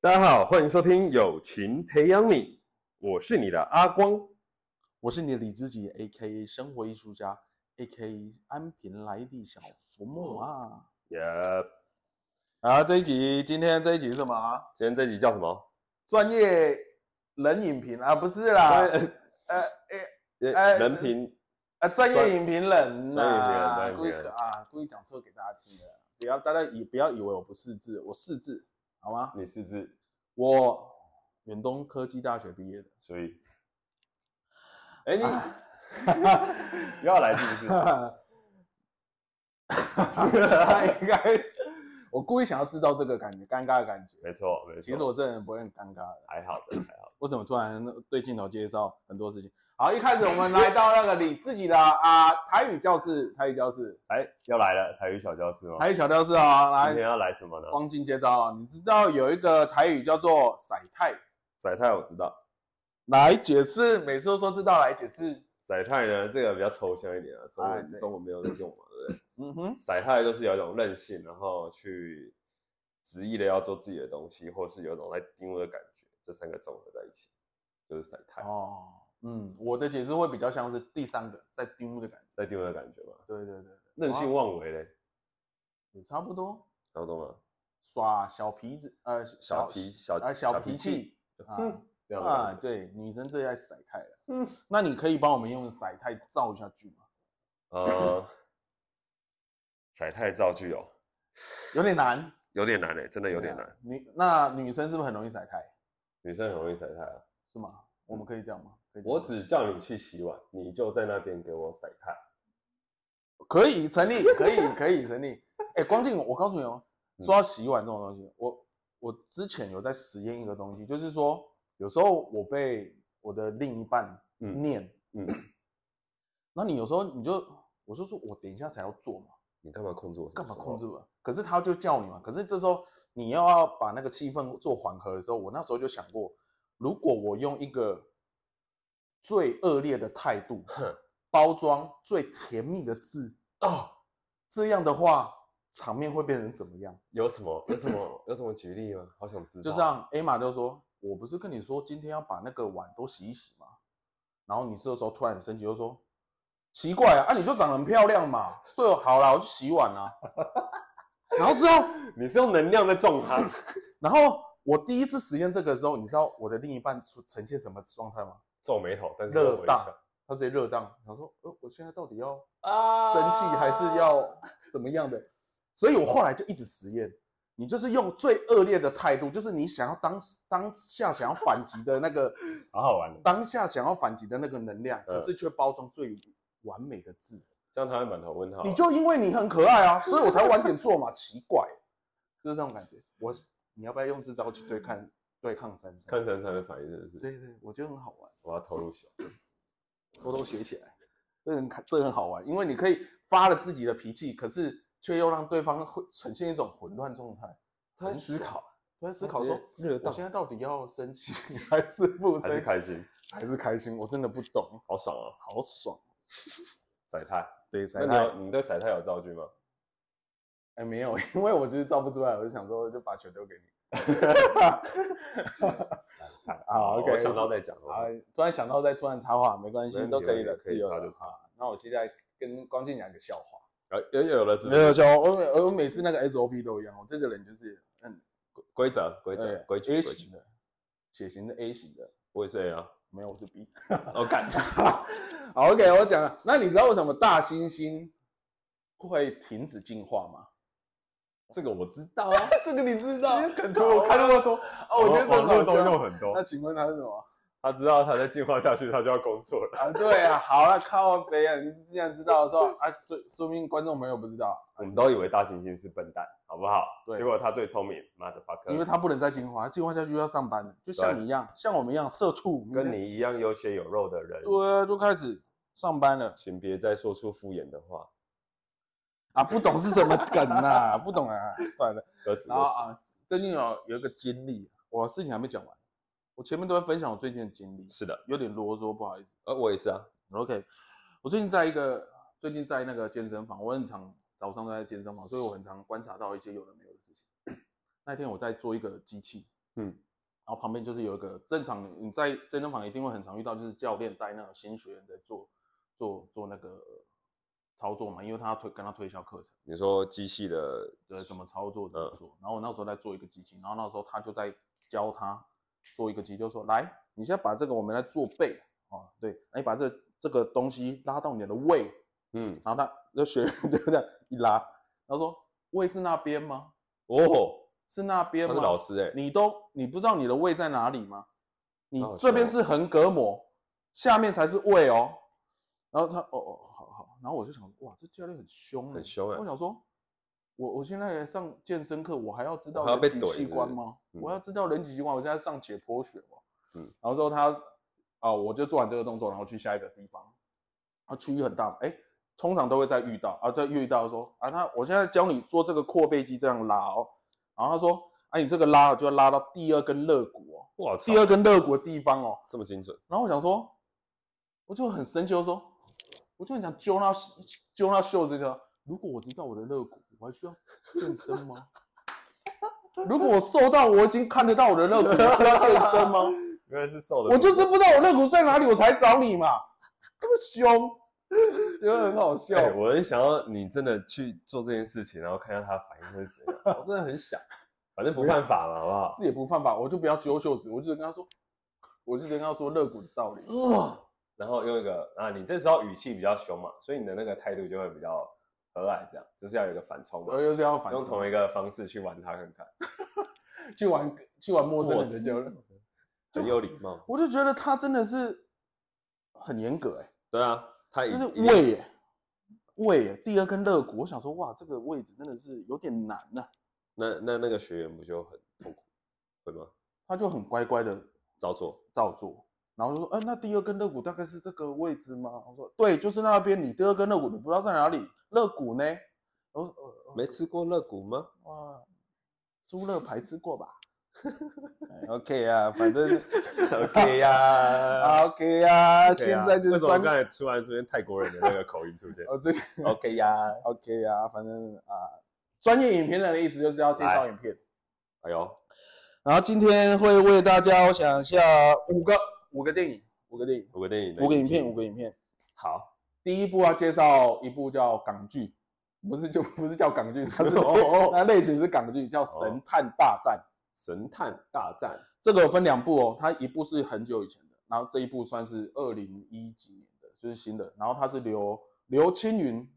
大家好，欢迎收听《友情培养你》，我是你的阿光。我是你的李自己，A.K.A 生活艺术家，A.K.A 安平来的小福木啊。耶、啊，这一集今天这一集是什么啊？今天这集叫什么？专业人影评啊，不是啦，专业呃诶呃，哎人评啊，专专业影评人专业影评人呐、专业故意影评人啊，故意讲错给大家听的，不要大家以不要以为我不识字，我识字好吗？你四字，我远东科技大学毕业的，所以，哎、 你又要来是不是？他应该，我故意想要制造这个感觉，尴尬的感觉。 没错，没错。其实我这人不会很尴尬的。还好的，还好。我怎么突然对镜头介绍很多事情？好，一开始我们来到那个你自己的啊、台语教室，台语教室，哎，要来了，台语小教室吗？台语小教室啊、今天来，要来什么呢？光进接招啊。你知道有一个台语叫做“甩太仔太我知道，”，来解释，每次都说知道来解释。仔太呢这个比较抽象一点啊，中哎文、对中文没有用嘛，对不对？嗯哼，甩太就是有一种任性，然后去执意的要做自己的东西，或是有一种在定位的感觉，这三个综合在一起就是甩太，哦，嗯，我的解释会比较像是第三个在盯的感觉。在定位的感觉嘛，对对对对，任哇性妄为嘞，也差不多，差不多吗？耍小皮子，呃，小脾小啊小脾气，啊哼，这样的啊，感觉对，女生最爱甩太了。嗯嗯，那你可以帮我们用甩太造一下句吗？啊呃，甩太造句哦，有点难，有点难嘞，真的有点对啊难，。女那女生是不是很容易甩太？女生很容易甩太啊。是吗？我们可以这样吗？可以这样我吗只叫你去洗碗，你就在那边给我甩太。可以成立，可以可以成立。哎，光进，我告诉你哦，嗯说到洗碗这种东西，我我之前有在实验一个东西，就是说有时候我被我的另一半嗯念，嗯，那你有时候你就我就说我等一下才要做嘛。你干嘛控制我什么干嘛时候？控制我？可是他就叫你嘛。可是这时候你又要把那个气氛做缓和的时候，我那时候就想过，如果我用一个最恶劣的态度哼包装最甜蜜的字啊、哦这样的话场面会变成怎么样？有什么？有什么？有什么举例吗？好想知道。就这样，艾玛就说：“我不是跟你说今天要把那个碗都洗一洗吗？”然后你这时候突然很生气，就说：“奇怪啊，啊你就长得很漂亮嘛，所以好啦，我去洗碗啦、 然后之后。你是用能量在撞他，然后我第一次实验这个时候，你知道我的另一半出呈现什么状态吗？ 皱眉头，但是又热微荡笑，他直接热荡，他说：“呃，我现在到底要啊生气还是要怎么样的？”所以我后来就一直实验，你就是用最恶劣的态度，就是你想要当当下想要反击的那个好好玩的，哦当下想要反击的那个能量，嗯可是却包装最完美的字。这样他会满头问号。啊你就因为你很可爱啊，所以我才晚点做嘛，奇怪，就是这种感觉。我你要不要用这招去对抗对抗三三？看珊珊的反应真的是，对对，我觉得很好玩，我要投入小。偷偷学起来，这很看这很好玩，因为你可以发了自己的脾气，可是却又让对方会呈现一种混乱状态。他在思考，他在思思考考说说，热我现在到底要生气 还是不还是生气，开心，还是开心？我真的不懂，好爽啊！好爽。甩太，对，那你有你对甩太有造句吗？哎没有，因为我就是造不出来，我就想说就把球 丢给你。啊，OK，哦我想到再讲。好啊，突然想到再突然插话，没关系没问，题都可以没的，问题可以自由插的就插啊。那我现在跟光进讲一个笑话。然后又又有了是不没是有笑，我每我每次那个 SOP 都一样，我这个人就是嗯规则规则对规矩 A 规矩型，的，血型的 A 型的，我也是 A 啊。没有我是 B。 我干，好，OK，我讲了。那你知道为什么大猩猩会停止进化吗？这个我知道啊， 这个你知道？梗图我看那么多，哦，我觉得网络这都很好用笑很多那。请问它是什么？他知道他再进化下去，他就要工作了。啊，对啊，好了，靠北啊！你既然知道的时候啊，说说明观众朋友不知道，我们都以为大猩猩是笨蛋，好不好？对结果他最聪明，妈的 fuck，因为它不能再进化，进化下去要上班了，就像对你一样，像我们一样社畜，跟你一样有血有肉的人，对啊啊，就开始上班了。请别再说出敷衍的话。 啊，不懂是什么梗呐、不懂啊， 算了。歌词然后歌词，啊，最近有有一个经历，我事情还没讲完，我前面都在分享我最近的经历，是的，有点啰嗦，不好意思。呃，我也是啊， OK，我最近在一个最近在那个健身房，我很常早 上都在健身房，所以我很常观察到一些有的没有的事情。那天我在做一个机器，嗯然后旁边就是有一个正常你在健身房一定会很常遇到，就是教练带那种新学员在做做做那个操作嘛，因为他要推跟他推销课程。你说机器的对，怎么操作怎么嗯做。然后我那时候在做一个机器，然后那时候他就在教他做一个机器，就说来，你现在把这个我们来做背哦，对，你把这这个东西拉到你的胃，嗯然后他那学员就这样一拉，他说胃是那边吗？哦，是那他边是吗？老师哎、你都你不知道你的胃在哪里吗？你好好笑这边是横膈膜，下面才是胃哦。然后他哦哦好好，然后我就想哇，这教练很凶欸很凶欸我想说，我我现在上健身课，我还要知道我还要被人体怼器官吗？是不是嗯我要知道人体器官，我现在上解剖学嘛。嗯，然后之后他啊、我就做完这个动作，然后去下一个地方。啊，区域很大，哎，通常都会再遇到啊，再遇到说啊，那我现在教你做这个阔背肌这样拉哦，然后他说，啊，你这个拉就要拉到第二根肋骨哦，哇操第，二根肋骨的地方哦，这么精准，然后我想说，我就很生气，我说，我就很想揪他揪他袖子一下，如果我知道我的肋骨，我还需要健身吗？ 如果我瘦到我已经看得到我的肋骨，我需要健身吗？ 原来是瘦的，我就是不知道我肋骨在哪里，我才找你嘛，这么凶，觉得很好笑。哎、我很想要你真的去做这件事情，然后看看他反应会是怎样。我真的很想，反正不犯法嘛，好不好？是也不犯法，我就不要揪袖子，我就跟他说，我就跟他说肋骨的道理。然后用一个啊，你这时候语气比较凶嘛，所以你的那个态度就会比较和蔼，这样就是要有一个反冲我嘛，又是要反用同思一个方式去玩他看看，去玩去玩陌生人我的知交流， 很有礼貌。我就觉得他真的是很严格哎、对啊，他一就是一定胃哎、胃、欸、第二根肋骨，我想说哇，这个位置真的是有点难呐、那那那个学员不就很痛苦，会吗？他就很乖乖的照做，照做，然后就说，哎、那第二根肋骨大概是这个位置吗？我说对，就是那边，你第二根肋骨你不知道在哪里，肋骨呢？我说呃呃没吃过肋骨 吗？哇，猪肋排吃过吧 哎？OK 啊，反正 OK 呀、 OK 对啊啊，现在就为什么是酸刚。才突然出现泰国人的那个口音出现哦，最近？OK 呀、 OK 啊，反正啊，专业影评人的意思就是要介绍来影片。哎呦，然后今天会为大家，我想一下，五个五个电影，五个电影，五个电影，五个影片，五个影片。好，第一部要介绍一部叫港剧，不是就不是叫港剧，它是哦它类型是港剧，叫《神探大战》。神探大战，这个有分两部哦，它一部是很久以前的，然后这一部算是二零一几年的，就是新的。然后它是刘刘青云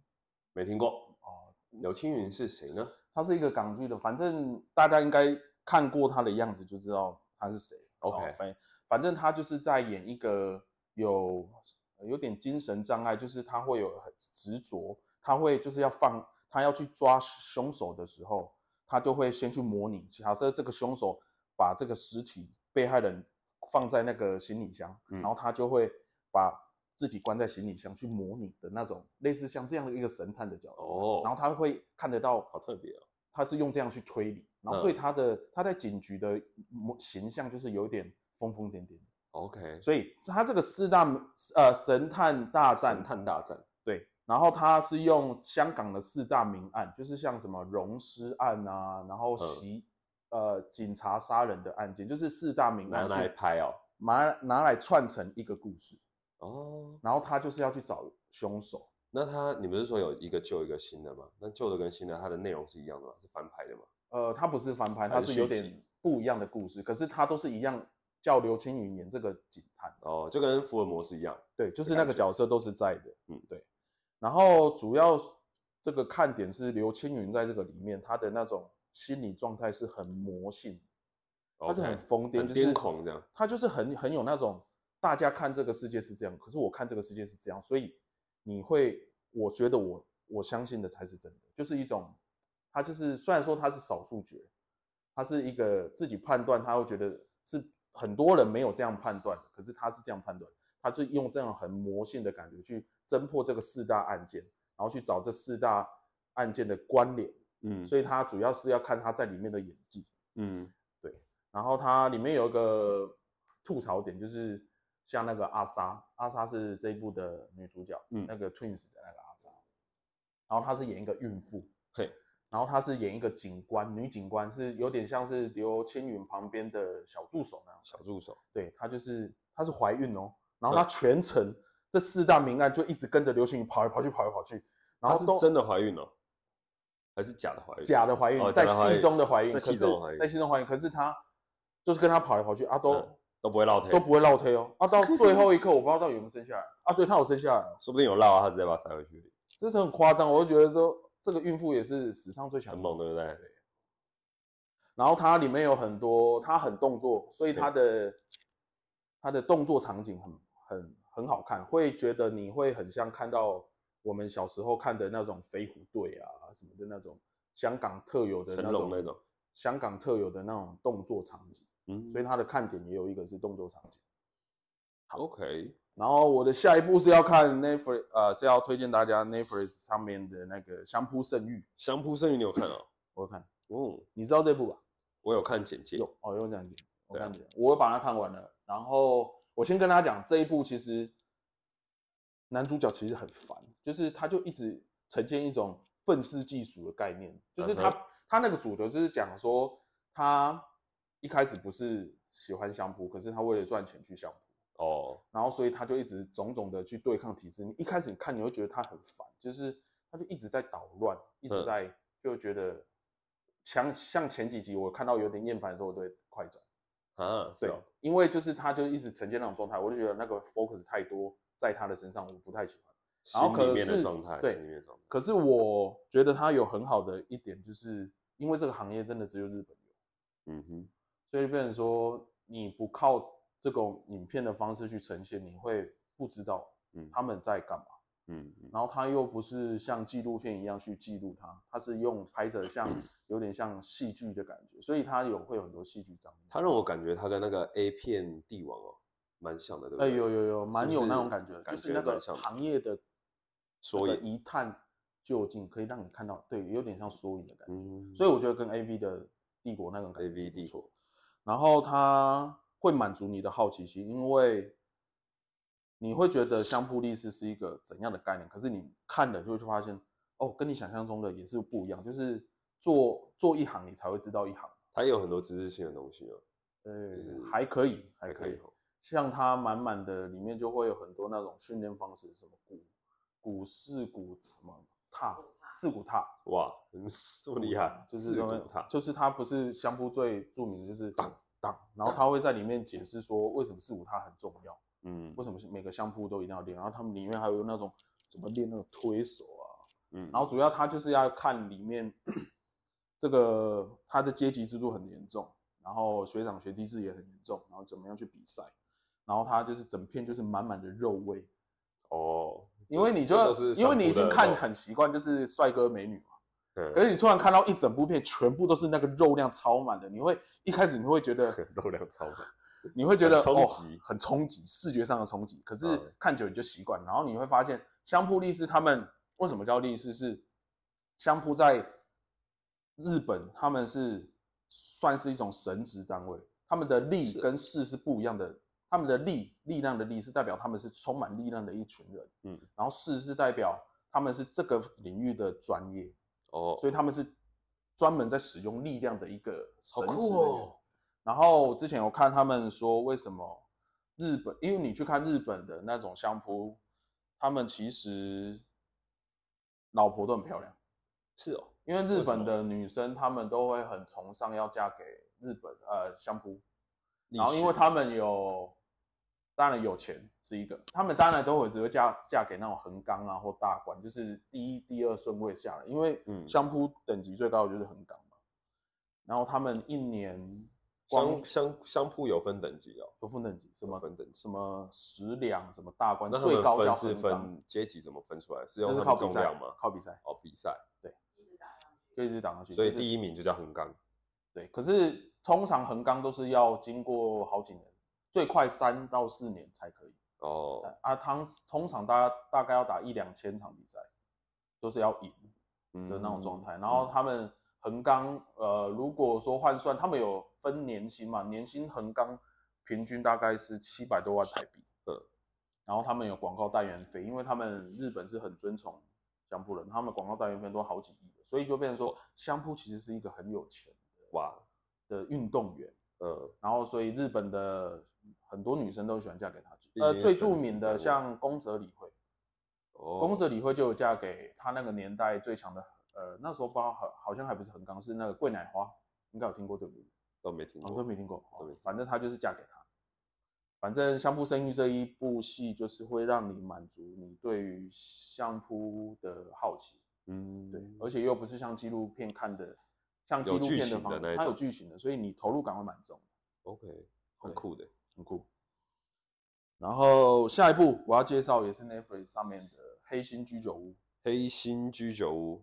没听过。哦，刘青云是谁呢？他是一个港剧的，反正大家应该看过他的样子就知道他是谁。 OK 哦反反正他就是在演一个有有点精神障碍，就是他会有很执着，他会就是要放他要去抓凶手的时候，他就会先去模拟，假设这个凶手把这个尸体被害人放在那个行李箱，嗯然后他就会把自己关在行李箱去模拟的那种，类似像这样的一个神探的角色。哦然后他会看得到好特别哦。他是用这样去推理，然嗯后所以他的、他在警局的模形象就是有点疯疯癫癫， OK，所以他这个四大呃神探大战神探大战，对，然后他是用香港的四大名案，就是像什么溶尸案啊，然嗯后袭、呃警察杀人的案件，就是四大名拿案来去拍哦。拿拿来串成一个故事，哦，然后他就是要去找凶手，那他你不是说有一个旧一个新的吗？那旧的跟新的它的内容是一样的吗？是翻拍的吗？呃，它不是翻拍，它它是是有续集点不一样的故事，可是它都是一样叫刘青云演这个警探。哦，就跟福尔摩斯一样。对，就的是那感个觉角色都是在的，嗯嗯，对。然后主要这个看点是刘青云在这个里面，他的那种心理状态是很魔性，他 OK，就很疯癫，很就是癫狂这样，他就是很很有那种大家看这个世界是这样，可是我看这个世界是这样，所以你会，我觉得我我相信的才是真的，就是一种，他就是虽然说他是少数决，他是一个自己判断，他会觉得是很多人没有这样判断的，可是他是这样判断，他就用这样很魔性的感觉去侦破这个四大案件，然后去找这四大案件的关联，嗯所以他主要是要看他在里面的演技。嗯，然后它里面有一个吐槽点，就是像那个阿莎，阿莎是这一部的女主角，嗯那个 Twins 的那个阿莎，然后她是演一个孕妇，嘿，然后她是演一个警官，女警官是有点像是刘青云旁边的小助手那样。小助手，对她就是她是怀孕哦，嗯然后她全程这四大名案就一直跟着刘青云跑来跑去跑来跑去，然她后是都真的怀孕哦，还是假的怀孕？假的怀孕，哦在假的怀孕戏中的怀孕，在可戏是中的怀孕在戏中怀孕，可是她就是跟她跑来跑去啊，都、嗯都不会落胎，都不会落推哦，啊，到最后一刻我不知道到底有没有生下来啊，对她有生下来哦，说不定有落啊，他直接把它塞回去，这是很夸张，我就觉得说这个孕妇也是史上最强很猛，对不对？然后它里面有很多，它很动作，所以它的它的动作场景很很很好看，会觉得你会很像看到我们小时候看的那种飞虎队啊什么的那种香港特有的成那龙种那种香港特有的那种动作场景，嗯所以它的看点也有一个是动作场景。 ，OK，然后我的下一步是要看 Netflix，呃，是要推荐大家 Netflix 上面的那个《相扑圣域》，相扑剩余你有看哦？我看，嗯，你知道这部吧？我有看简介，有哦，有这样子，我对啊感觉、我把它看完了。然后我先跟大家讲，这一部其实男主角其实很烦，就是他就一直呈现一种愤世嫉俗的概念，就是他、嗯哼他那个主角就是讲说他一开始不是喜欢相扑，可是他为了赚钱去相扑。哦，然后所以他就一直种种的去对抗体制。你一开始你看你会觉得他很烦，就是他就一直在捣乱，一直嗯在就觉得像像前几集我看到有点厌烦的时候，我都会快转。啊，是对哦，，因为就是他就一直呈现那种状态，我就觉得那个 focus 太多在他的身上，我不太喜欢。然后心里可面的是状态，对心里面的状态，可是我觉得他有很好的一点，就是因为这个行业真的只有日本有，嗯哼，所以变成说你不靠这种影片的方式去呈现，你会不知道嗯他们在干嘛。嗯嗯然后他又不是像纪录片一样去记录它，他是用拍着像有点像戏剧的感觉，所以他有会有很多戏剧张力。他让我感觉他跟那个 A 片帝王哦，蛮像的，对不哎对？有有有，蛮有那种感觉，感就是觉那个蛮像的行业的缩那个影一探究竟，可以让你看到，对，有点像缩影的感觉。嗯，所以我觉得跟 A V 的帝国那种感觉 AV 是不帝错。然后它会满足你的好奇心，因为你会觉得相扑力士是一个怎样的概念，可是你看了就会发现，哦，跟你想象中的也是不一样，就是做做一行你才会知道一行，他也有很多知识性的东西哦，呃是，还可以，还还可可以以哦。，像它满满的里面就会有很多那种训练方式，什么股股四股什么踏四股踏，哇，嗯这么厉害，就是四他股们塔，就是他不是相扑最著名的就是当当，然后他会在里面解释说为什么四五他很重要，嗯为什么每个相扑都一定要练，然后他们里面还有那种怎么练那个推手啊，嗯，然后主要他就是要看里面这个他的阶级制度很严重，然后学长学弟制也很严重，然后怎么样去比赛，然后他就是整片就是满满的肉味，哦，因为你这就这就是因为你已经上铺的看肉很习惯就是帅哥美女嘛。嗯可是你突然看到一整部片全部都是那个肉量超满的，你会一开始你会 觉得肉量超 满，你会觉得很冲哦击很冲击，视觉上的冲击。可是嗯看久你就习惯，然后你会发现相扑力士他们为什么叫力士是相扑在日本他们是算是一种神职单位，他们的力是跟士是不一样的。他们的力力量的力是代表他们是充满力量的一群人，嗯嗯，然后士是代表他们是这个领域的专业，哦，所以他们是专门在使用力量的一个好神职酷人员哦然后之前有看他们说，为什么日本？因为你去看日本的那种相扑，他们其实老婆都很漂亮，是哦，因为日为什么本的女生她们都会很崇尚要嫁给日本呃相扑，历然后因史为他们有，当然有钱是一个，他们当然都会只会嫁嫁给那种横纲啊或大官，就是第一、第二顺位下来，因为嗯相扑等级最高的就是横纲嘛。然后他们一年相光相相扑有分等级哦，不分等级，什么有分等级什么十两什么大关，那他最们高叫分是横纲，分阶级怎么分出来？是就用是他靠们比重赛量吗？靠比赛哦，比赛，就一直打上去。所以就是第一名就叫横纲，对，可是通常横纲都是要经过好几年，最快三到四年才可以。哦，在啊，通通常大家大概要打一两千场比赛，都是要赢的的那种状态。然后他们横纲，呃，如果说换算，他们有分年薪嘛，年薪横纲平均大概是七百多万台币。呃嗯。然后他们有广告代言费，因为他们日本是很遵从相扑人，他们广告代言费都好几亿，所以就变成说相扑其实是一个很有钱哇，的运动员。嗯，然后所以日本的很多女生都喜欢嫁给他。毕呃，竟最是著神名似的的像宫泽理惠，哦，宫泽理惠就有嫁给他那个年代最强的，呃，那时候不知道好好像还不是横纲，是那个桂乃花，应该有听过这个名字，都没听我、哦都过，没听过。哦都没听反正她就是嫁给他。反正相扑生育这一部戏，就是会让你满足你对于相扑的好奇，嗯，对，而且又不是像纪录片看的，像纪有录剧片的情方的那式，一它有种剧情的，所以你投入感会蛮重的。 ，OK，对很酷的，很酷。然后下一部我要介绍也是 Netflix 上面的《黑心居酒屋黑心居酒屋，》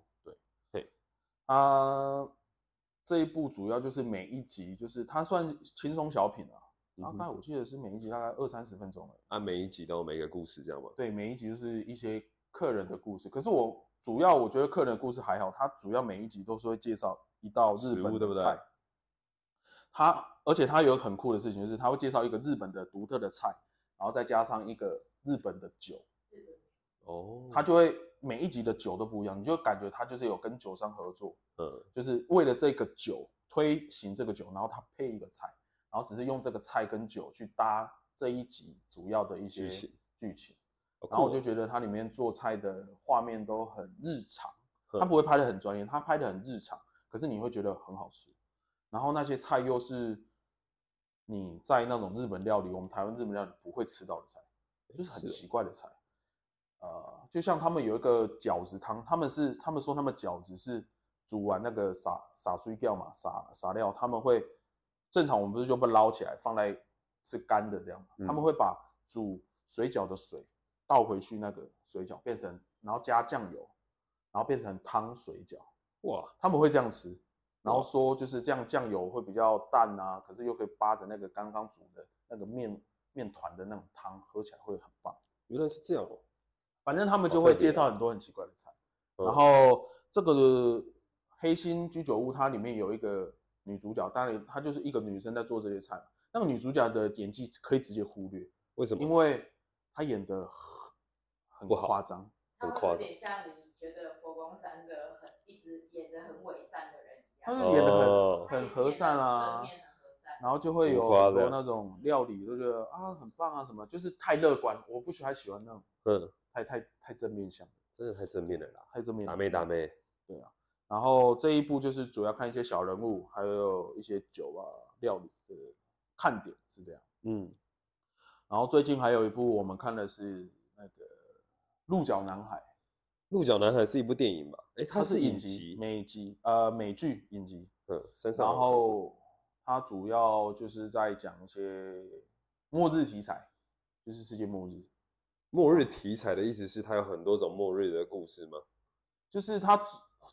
啊，这一部主要就是每一集就是它算轻松小品啊，嗯大哼概我记得是每一集大概二三十分钟而已。啊，每一集都有每一个故事，这样吗？对，每一集就是一些客人的故事。可是我主要我觉得客人的故事还好，它主要每一集都是会介绍一道日食本物对不的对菜。它而且它有很酷的事情，就是它会介绍一个日本的独特的菜，然后再加上一个日本的酒。哦，他就会每一集的酒都不一样，你就感觉他就是有跟酒商合作，嗯，就是为了这个酒推行这个酒，然后他配一个菜，然后只是用这个菜跟酒去搭这一集主要的一剧些情剧情。好然后我酷就哦觉得它里面做菜的画面都很日常，它嗯不会拍的很专业，它拍的很日常，可是你会觉得很好吃。然后那些菜又是你在那种日本料理，我们台湾日本料理不会吃到的菜，就是很是哦奇怪的菜。呃，就像他们有一个饺子汤，他们是他们说他们饺子是煮完那个撒撒碎掉嘛，撒撒料，他们会正常我们不是就不捞起来放在是干的这样嘛，嗯他们会把煮水饺的水倒回去那个水饺变成，然后加酱油，然后变成汤水饺，哇，他们会这样吃，然后哇说就是这样酱油会比较淡啊，可是又可以扒着那个刚刚煮的那个面面团的那种汤，喝起来会很棒。原来是这样哦，反正他们就好会特别哦介绍很多很奇怪的菜。嗯然后这个黑心居酒屋，它里面有一个女主角，当然她就是一个女生在做这些菜嘛。那个女主角的演技可以直接忽略，为什因么？为她演的很不好夸张。很他夸会有张点像你觉得佛光山的很一直演的很伪善的人一她样，就是演的很、哦很和善啊他其实演得很正面很和善然后就会有浮夸很的多那种料理都觉得啊很棒啊什么，就是太乐观，我不喜欢喜欢那种嗯，太太太正面向，真的太正面了啦，太正面打妹打妹，然后这一部就是主要看一些小人物，还有一些酒啊、料理的看点是这样。嗯，然后最近还有一部我们看的是那个《鹿角男孩》，鹿角男孩是一部电影吧？哎，它是影集集，美集呃美剧影集，嗯，身上然有看过后它主要就是在讲一些末日题材，就是世界末日，末日题材的意思是它有很多种末日的故事吗？就是它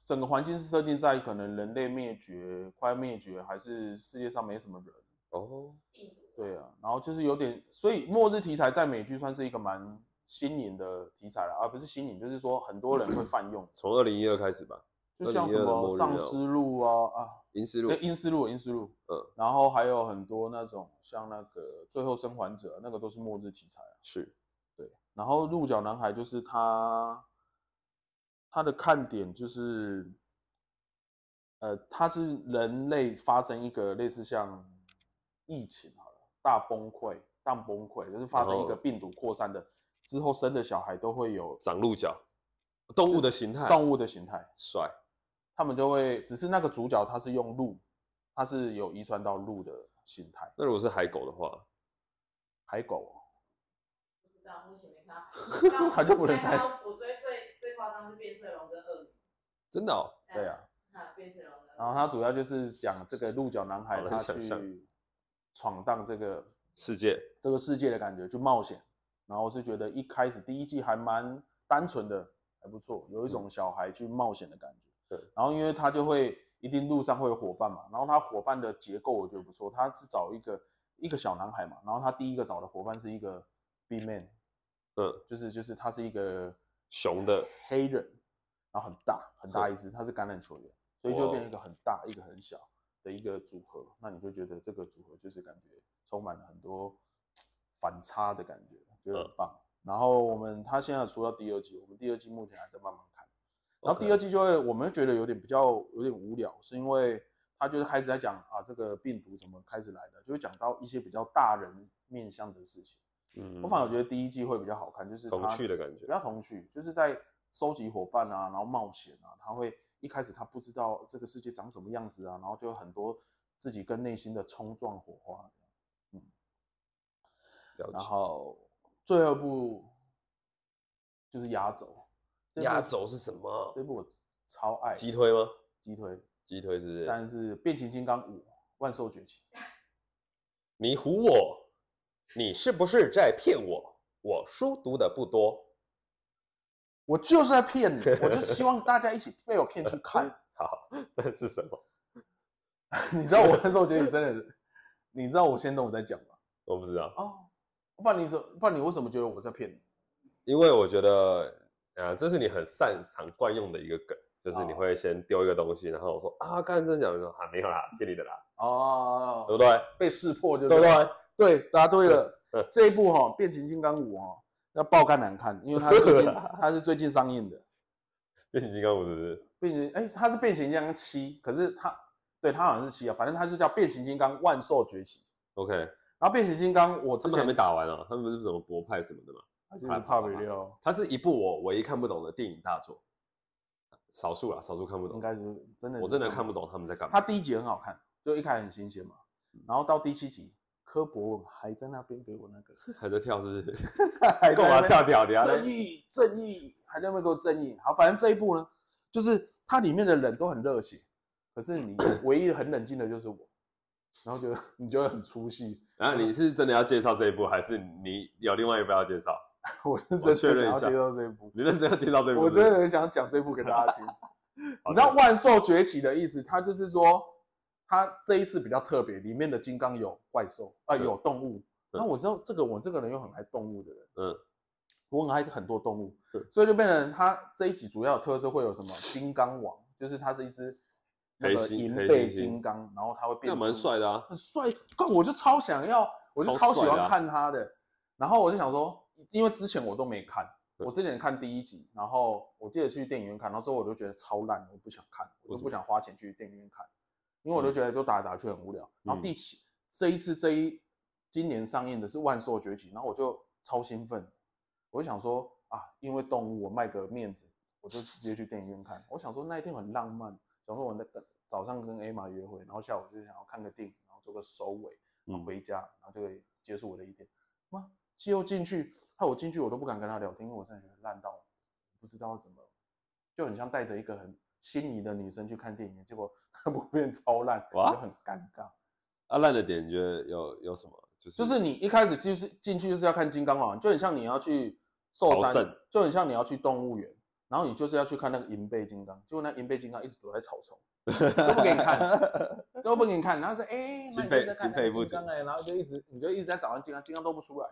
整个环境是设定在可能人类灭绝、快灭绝，还是世界上没什么人。哦，，病毒对啊，然后就是有点，所以末日题材在美剧算是一个蛮新颖的题材了，啊而、不是新颖，就是说很多人会泛用从二零一二开始吧，就像什2012的么末日啊丧尸路啊啊， 《银丝路对，》阴尸路，阴尸路，嗯，然后还有很多那种像那个最后生还者，那个都是末日题材啊。是对，然后鹿角男孩就是他，他的看点就是，呃，他是人类发生一个类似像疫情好了，大崩溃、大崩溃，就是发生一然个后病毒扩散的之后，生的小孩都会有长鹿角，动物的形态，动物物的形态，帅，他们就会只是那个主角他是用鹿，他是有遗传到鹿的形态，那如果是海狗的话，海狗哦、不知道目前没看 到但我他就不能现猜在看到我最最最夸张是变色龙跟鳄鱼，真的哦，对啊，那变色龙跟然后他主要就是讲这个鹿角男孩好难他想象去闯荡这个世界这个世界的感觉，去冒险。然后是觉得一开始第一季还蛮单纯的，还不错，有一种小孩去冒险的感觉。对，然后因为他就会一定路上会有伙伴嘛，然后他伙伴的结构我觉得不错，他是找一个一个小男孩嘛，然后他第一个找的伙伴是一个 B man，嗯，就是就是他是一个熊的黑人，然后很大很大一只，他是橄榄球员，所以哦就变成一个很大一个很小的一个组合。那你就觉得这个组合就是感觉充满了很多反差嗯的感觉，觉得很棒。然后我们他现在出到第二季，我们第二季目前还在慢慢看，然后第 OK 二季就会我们会觉得有点比较有点无聊，是因为他就是开始在讲啊这个病毒怎么开始来的，就会讲到一些比较大人面向的事情。嗯我反而觉得第一季会比较好看，就是童它趣的感觉比较童趣，就是在收集伙伴啊，然后冒险啊，他会一开始他不知道这个世界长什么样子啊，然后就有很多自己跟内心的冲撞火花。了然解。后最后一部就是压轴，这部压轴是什么这部我超爱鸡推吗？击推，鸡推是不是？但是变形金刚五万兽崛起，你唬我，你是不是在骗我？我书读的不多。我就是在骗你，我就希望大家一起被我骗 去看。好，那是什么？你知道我那时候觉得你真的是，你知道我先动我在讲吗？我不知道，哦，不然你怎，不然你为什么觉得我在骗你？因为我觉得，呃，这是你很擅长惯用的一个梗，就是你哦会先丢一个东西，然后我说啊，刚才真的讲的时候啊，没有啦，骗你的啦，哦，对不对？被识破就对不对？对，答对了。嗯这一部哈、变形金刚五》哦，要爆肝难看，因为它 最近它是最近上映的。变形金刚五是不是？变形哎，它是变形金刚七，可是它对它好像是七啊，反正它就叫变形金刚万兽崛起。 OK，然后变形金刚我他之们还前没打完啊，他们不是什么博派什么的嘛？就是怕比六，它是一部我唯一看不懂的电影大作，少数啦，少数看不应懂，该是真的我真的看不。懂他们在干嘛它。第一集很好看，就一开始很新鲜嘛，然后到第七集，柯博文还在那边给我那个，还在跳是 不是？还在干那嘛边跳跳的啊？正义，正义，还在那边给我正义。好，反正这一部呢，就是它里面的人都很热血，可是你唯一很冷静的就是我，然后就你就会很出戏。然后你是真的要介绍这一部，还是你有另外一部要介绍？我是真我的确想认一要下介绍这一部，你认真要介绍这一部？我真是的不是很想讲这部给大家听。 好你知道《万兽崛起》的意思，它就是说，它这一次比较特别，里面的金刚有怪兽，啊、嗯有动物。嗯那我知道这个，我这个人又很爱动物的人，嗯，我很爱很多动物嗯，所以就变成它这一集主要的特色会有什么？金刚王，就是它是一只那黑个猩银黑背猩猩金刚，然后它会变那蛮出帅的啊。很帅，干我就超想要，我就超超帅喜的啊欢看他的。然后我就想说，因为之前我都没看，对我之前看第一集，然后我记得去电影院看，然后之后我就觉得超烂，我不想看，为我就什不么想花钱去电影院看，因为我就觉得就打来打去很无聊。然后嗯第七这一次这一今年上映的是《万兽崛起》，然后我就超兴奋，我就想说啊，因为动物我卖个面子，我就直接去电影院看。我想说那一天很浪漫，想说我那个早上跟 A 玛约会，然后下午就想要看个电影，然后做个收尾，然后嗯回家，然后就可以结束我的一天。哇，又进去，害我进去我都不敢跟他聊天，因为我真的觉得烂到不知道怎么，就很像带着一个很心仪的女生去看电影，结果她不变超烂，我哇就很尴尬。啊，烂的点你觉得有有什么？就是就是你一开始就是进去就是要看金刚狼，就很像你要去寿朝山圣，就很像你要去动物园，然后你就是要去看那个银背金刚，结果那银背金刚一直躲在草丛， 都不给你看，都不给你看，然后说哎，那经你费就在经看那个费不金刚足哎，然后就一直你就一直在找那金刚，金刚都不出来，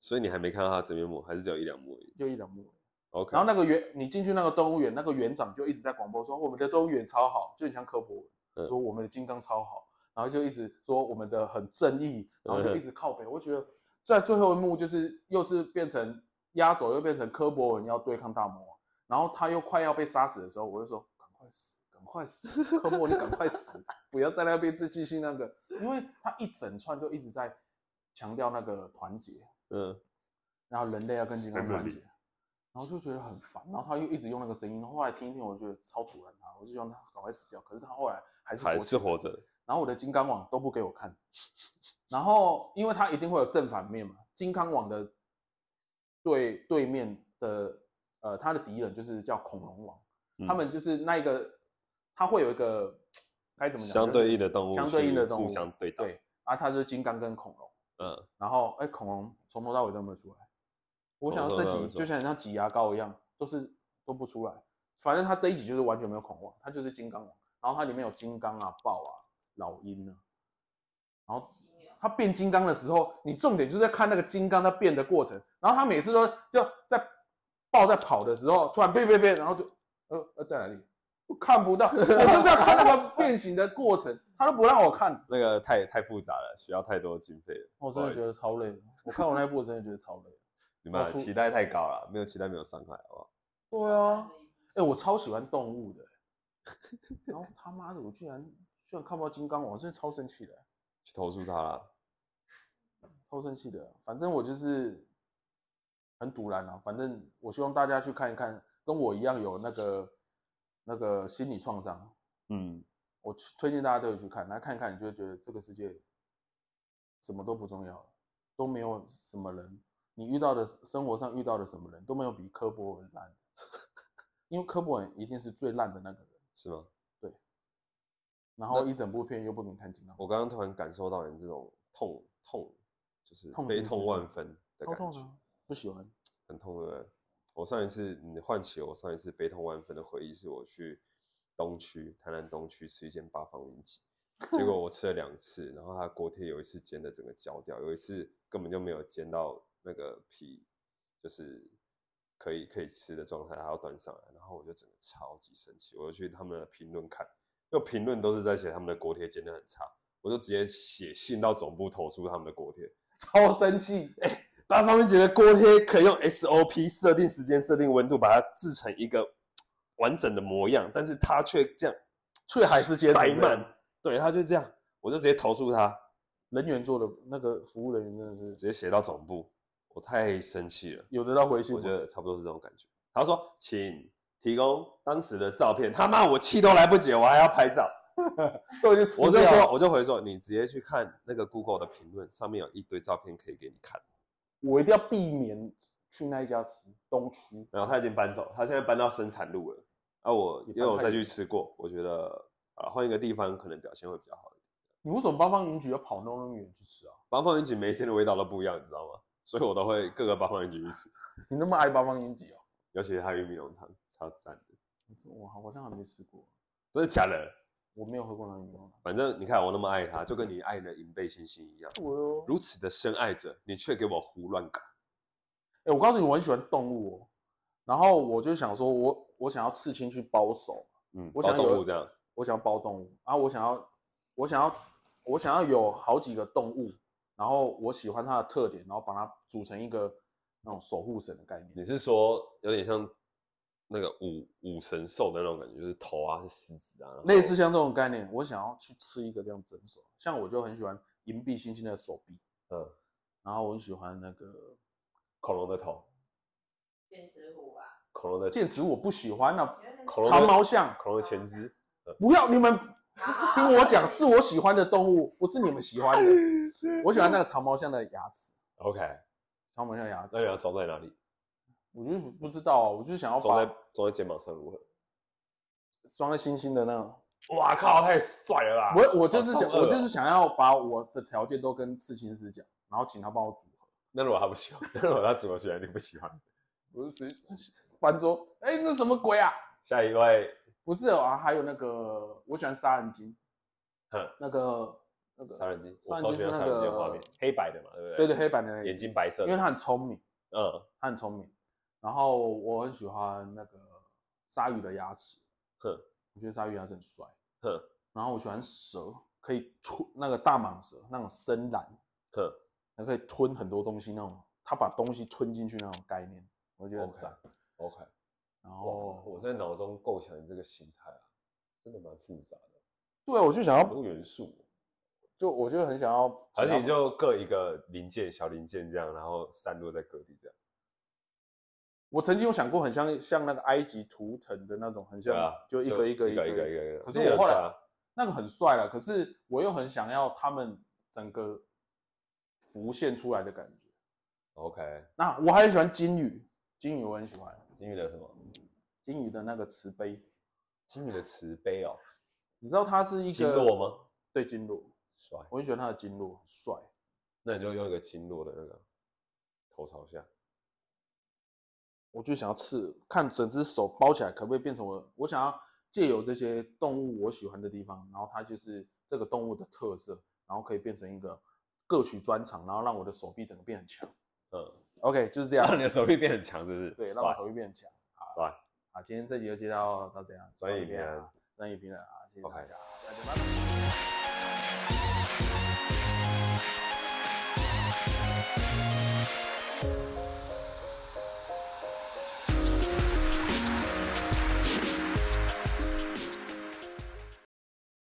所以你还没看到他真面目，还是只有一两幕而已就一两幕。 ？OK，然后那个园，你进去那个动物园，那个园长就一直在广播说我们的动物园超好，就很像柯博文，嗯说我们的金刚超好，然后就一直说我们的很正义，然嗯后就一直靠北。我觉得在最后一幕就是又是变成压轴，又变成柯博文要对抗大魔王，然后他又快要被杀死的时候，我就说赶快死，赶快死，柯博文你赶快死，不要在那边自继续那个，因为他一整串就一直在强调那个团结，嗯，然后人类要跟金刚 Family 团结，然后就觉得很烦，然后他又一直用那个声音，后来听一听，我就觉得超突然他，我就希望他赶快死掉，可是他后来还是还起是活着。然后我的金刚网都不给我看，然后因为它一定会有正反面嘛，金刚网的对对面的呃，他的敌人就是叫恐龙王，嗯他们就是那一个，他会有一个该怎么讲，相对应的动就物，是相对应的动物互相对打。对，啊，他就是金刚跟恐龙。嗯，然后哎，恐龙从头到尾都没有出来。我想要这从头到尾集没出就像像挤牙膏一样，都是都不出来。反正它这一集就是完全没有恐龙王，它就是金刚王。然后它里面有金刚啊、豹啊、老鹰啊。然后犀牛它变金刚的时候，你重点就是在看那个金刚它变的过程。然后它每次都就在豹在跑的时候，突然变变变，然后就呃呃在哪里？我看不到，我就是要看那个变形的过程，它都不让我看。那个太太复杂了，需要太多经费了。我真的不觉好意得思超累的。我看我那一部，我真的觉得超累。你们啊要出哦期待太高了，没有期待没有伤害，好不好？对啊，哎、哎、我超喜欢动物的、然后他妈的，我居然居然看不到金刚王，我真的超生气的、去投诉他啦。超生气的。反正我就是很堵然啊，反正我希望大家去看一看，跟我一样有那个那个心理创伤，嗯，我去推荐大家都有去看，来看一看，你就会觉得这个世界什么都不重要了，都没有什么人，你遇到的生活上遇到的什么人都没有比科博文烂的， 因为科博文一定是最烂的那个人。是吗？然后一整部片又不给你看金刚，我刚刚突然感受到你这种痛痛，就是痛悲定痛思万痛分的超感痛觉，啊，不喜欢。很痛的。我上一次你唤起我上一次悲痛万分的回忆，是我去东区台南东区吃一间八方云 集，结果我吃了两次，然后它锅贴有一次煎的整个焦掉，有一次根本就没有煎到那个皮，就是可以可以吃的状态，还要端上来，然后我就整个超级生气，我就去他们的评论看，因为评论都是在写他们的锅贴煎的很差，我就直接写信到总部投诉他们的锅贴。 超生气，八哎方云集的锅贴可以用 SOP 设定时间、设定温度，把它制成一个完整的模样，但是它却这样， 却还是接着白这样慢，对，它就这样，我就直接投诉他，人员做的那个服务人员真的直是接写到总部，我太生气了，有得到回信我吗，觉得差不多是这种感觉。他说，请提供当时的照片，他妈我气都来不及，我还要拍照，都已经吃我就掉了说，我就回说，你直接去看那个 Google 的评论，上面有一堆照片可以给你看。我一定要避免去那一家吃东区，然后他已经搬走，他现在搬到生产路了。啊，我也因为我搬太再远去了吃过，我觉得啊，换一个地方可能表现会比较好一点。你为什么八方云集要跑那么远去吃啊？八方云集每一间的味道都不一样，你知道吗？所以我都会各个八方云集去吃，你那么爱八方云集哦？尤其是它玉米浓汤，超赞的，我好我好像还没吃过，真的假的？我没有喝过那饮料。反正你看我那么爱它，就跟你爱的银背星星一样，我哟，如此的深爱着，你却给我胡乱搞。哎、我告诉你，我很喜欢动物哦。然后我就想说我，我想要刺青去包手，嗯，我包想有动物这样，我想要包动物，然后我想要，我想要，我想要有好几个动物，然后我喜欢它的特点，然后把它组成一个那种守护神的概你念。是说有点像那个武武神兽的那种感觉，就是头啊是狮子啊，然后类似像这种概念，我想要去吃一个这样整手。像我就很喜欢银币星星的手臂，嗯然后我很喜欢那个恐龙的头，剑齿虎吧，恐龙的剑齿，我不喜欢啊，觉得恐龙长的毛象。恐龙的前肢。不要你们好 好听我讲，是我喜欢的动物，不是你们喜欢的。我喜欢那个长毛象的牙齿， OK，长毛象的牙齿那你，要装在哪里？我就不知道啊，我就是想要装把在装在肩膀上如何？装在星星的那种。哇靠，太帅了啦！我我就是好想，中二哦我就是想要把我的条件都跟刺青师讲，然后请他帮我组合。那如果他不喜欢，那如果他怎么喜欢你不喜 欢？我就直接翻桌，哎、这什么鬼啊？下一位，不是啊，还有那个我喜欢杀人鲸，哼，那个那杀个人机，我杀人搜机寻是到那杀人机的个画面，黑白的嘛，对不对？对对黑板的，眼，睛白色因的，为他很聪明。嗯他很聪明。然后我很喜欢那个鲨鱼的牙齿，哼我觉得鲨鱼牙齿很帅。哼然后我喜欢蛇，可以吞那个大蟒蛇那种深蓝，哼，它可以吞很多东西那种，它把东西吞进去那种概念，我觉得很 OK 赞。 OK。然哦，后我在脑中构想你这个形态啊，真的蛮复杂的，对，我就想很要，多元素。就我就很想要，而且你就各一个零件、小零件这样，然后散落在各地这样。我曾经有想过，很像像那个埃及图腾的那种，很像，啊就一个一个啊一一个个一个一个一个。可是这也我后很来帅啊那个很帅了，可是我又很想要他们整个浮现出来的感觉。 OK，那我还很喜欢金鱼，金鱼我很喜欢，金鱼的什么？金鱼的那个慈悲，金鱼的慈悲哦，你知道它是一个经络吗？对，经络，帅，我很喜欢它的经络，很帅。那你就用一个经络的那个头朝下，我就想要刺，看整只手包起来可不可以变成我，我想要借由这些动物我喜欢的地方，然后它就是这个动物的特色，然后可以变成一个各取专长，然后让我的手臂整个变很强。嗯， OK，就是这样，让 你的手臂变很强，是不是？啊对，让帅我手臂变很强。帅。好，今天这集就介绍到这样，专业评片论啊，专业评论啊，谢谢大 OK 家，大家拜拜。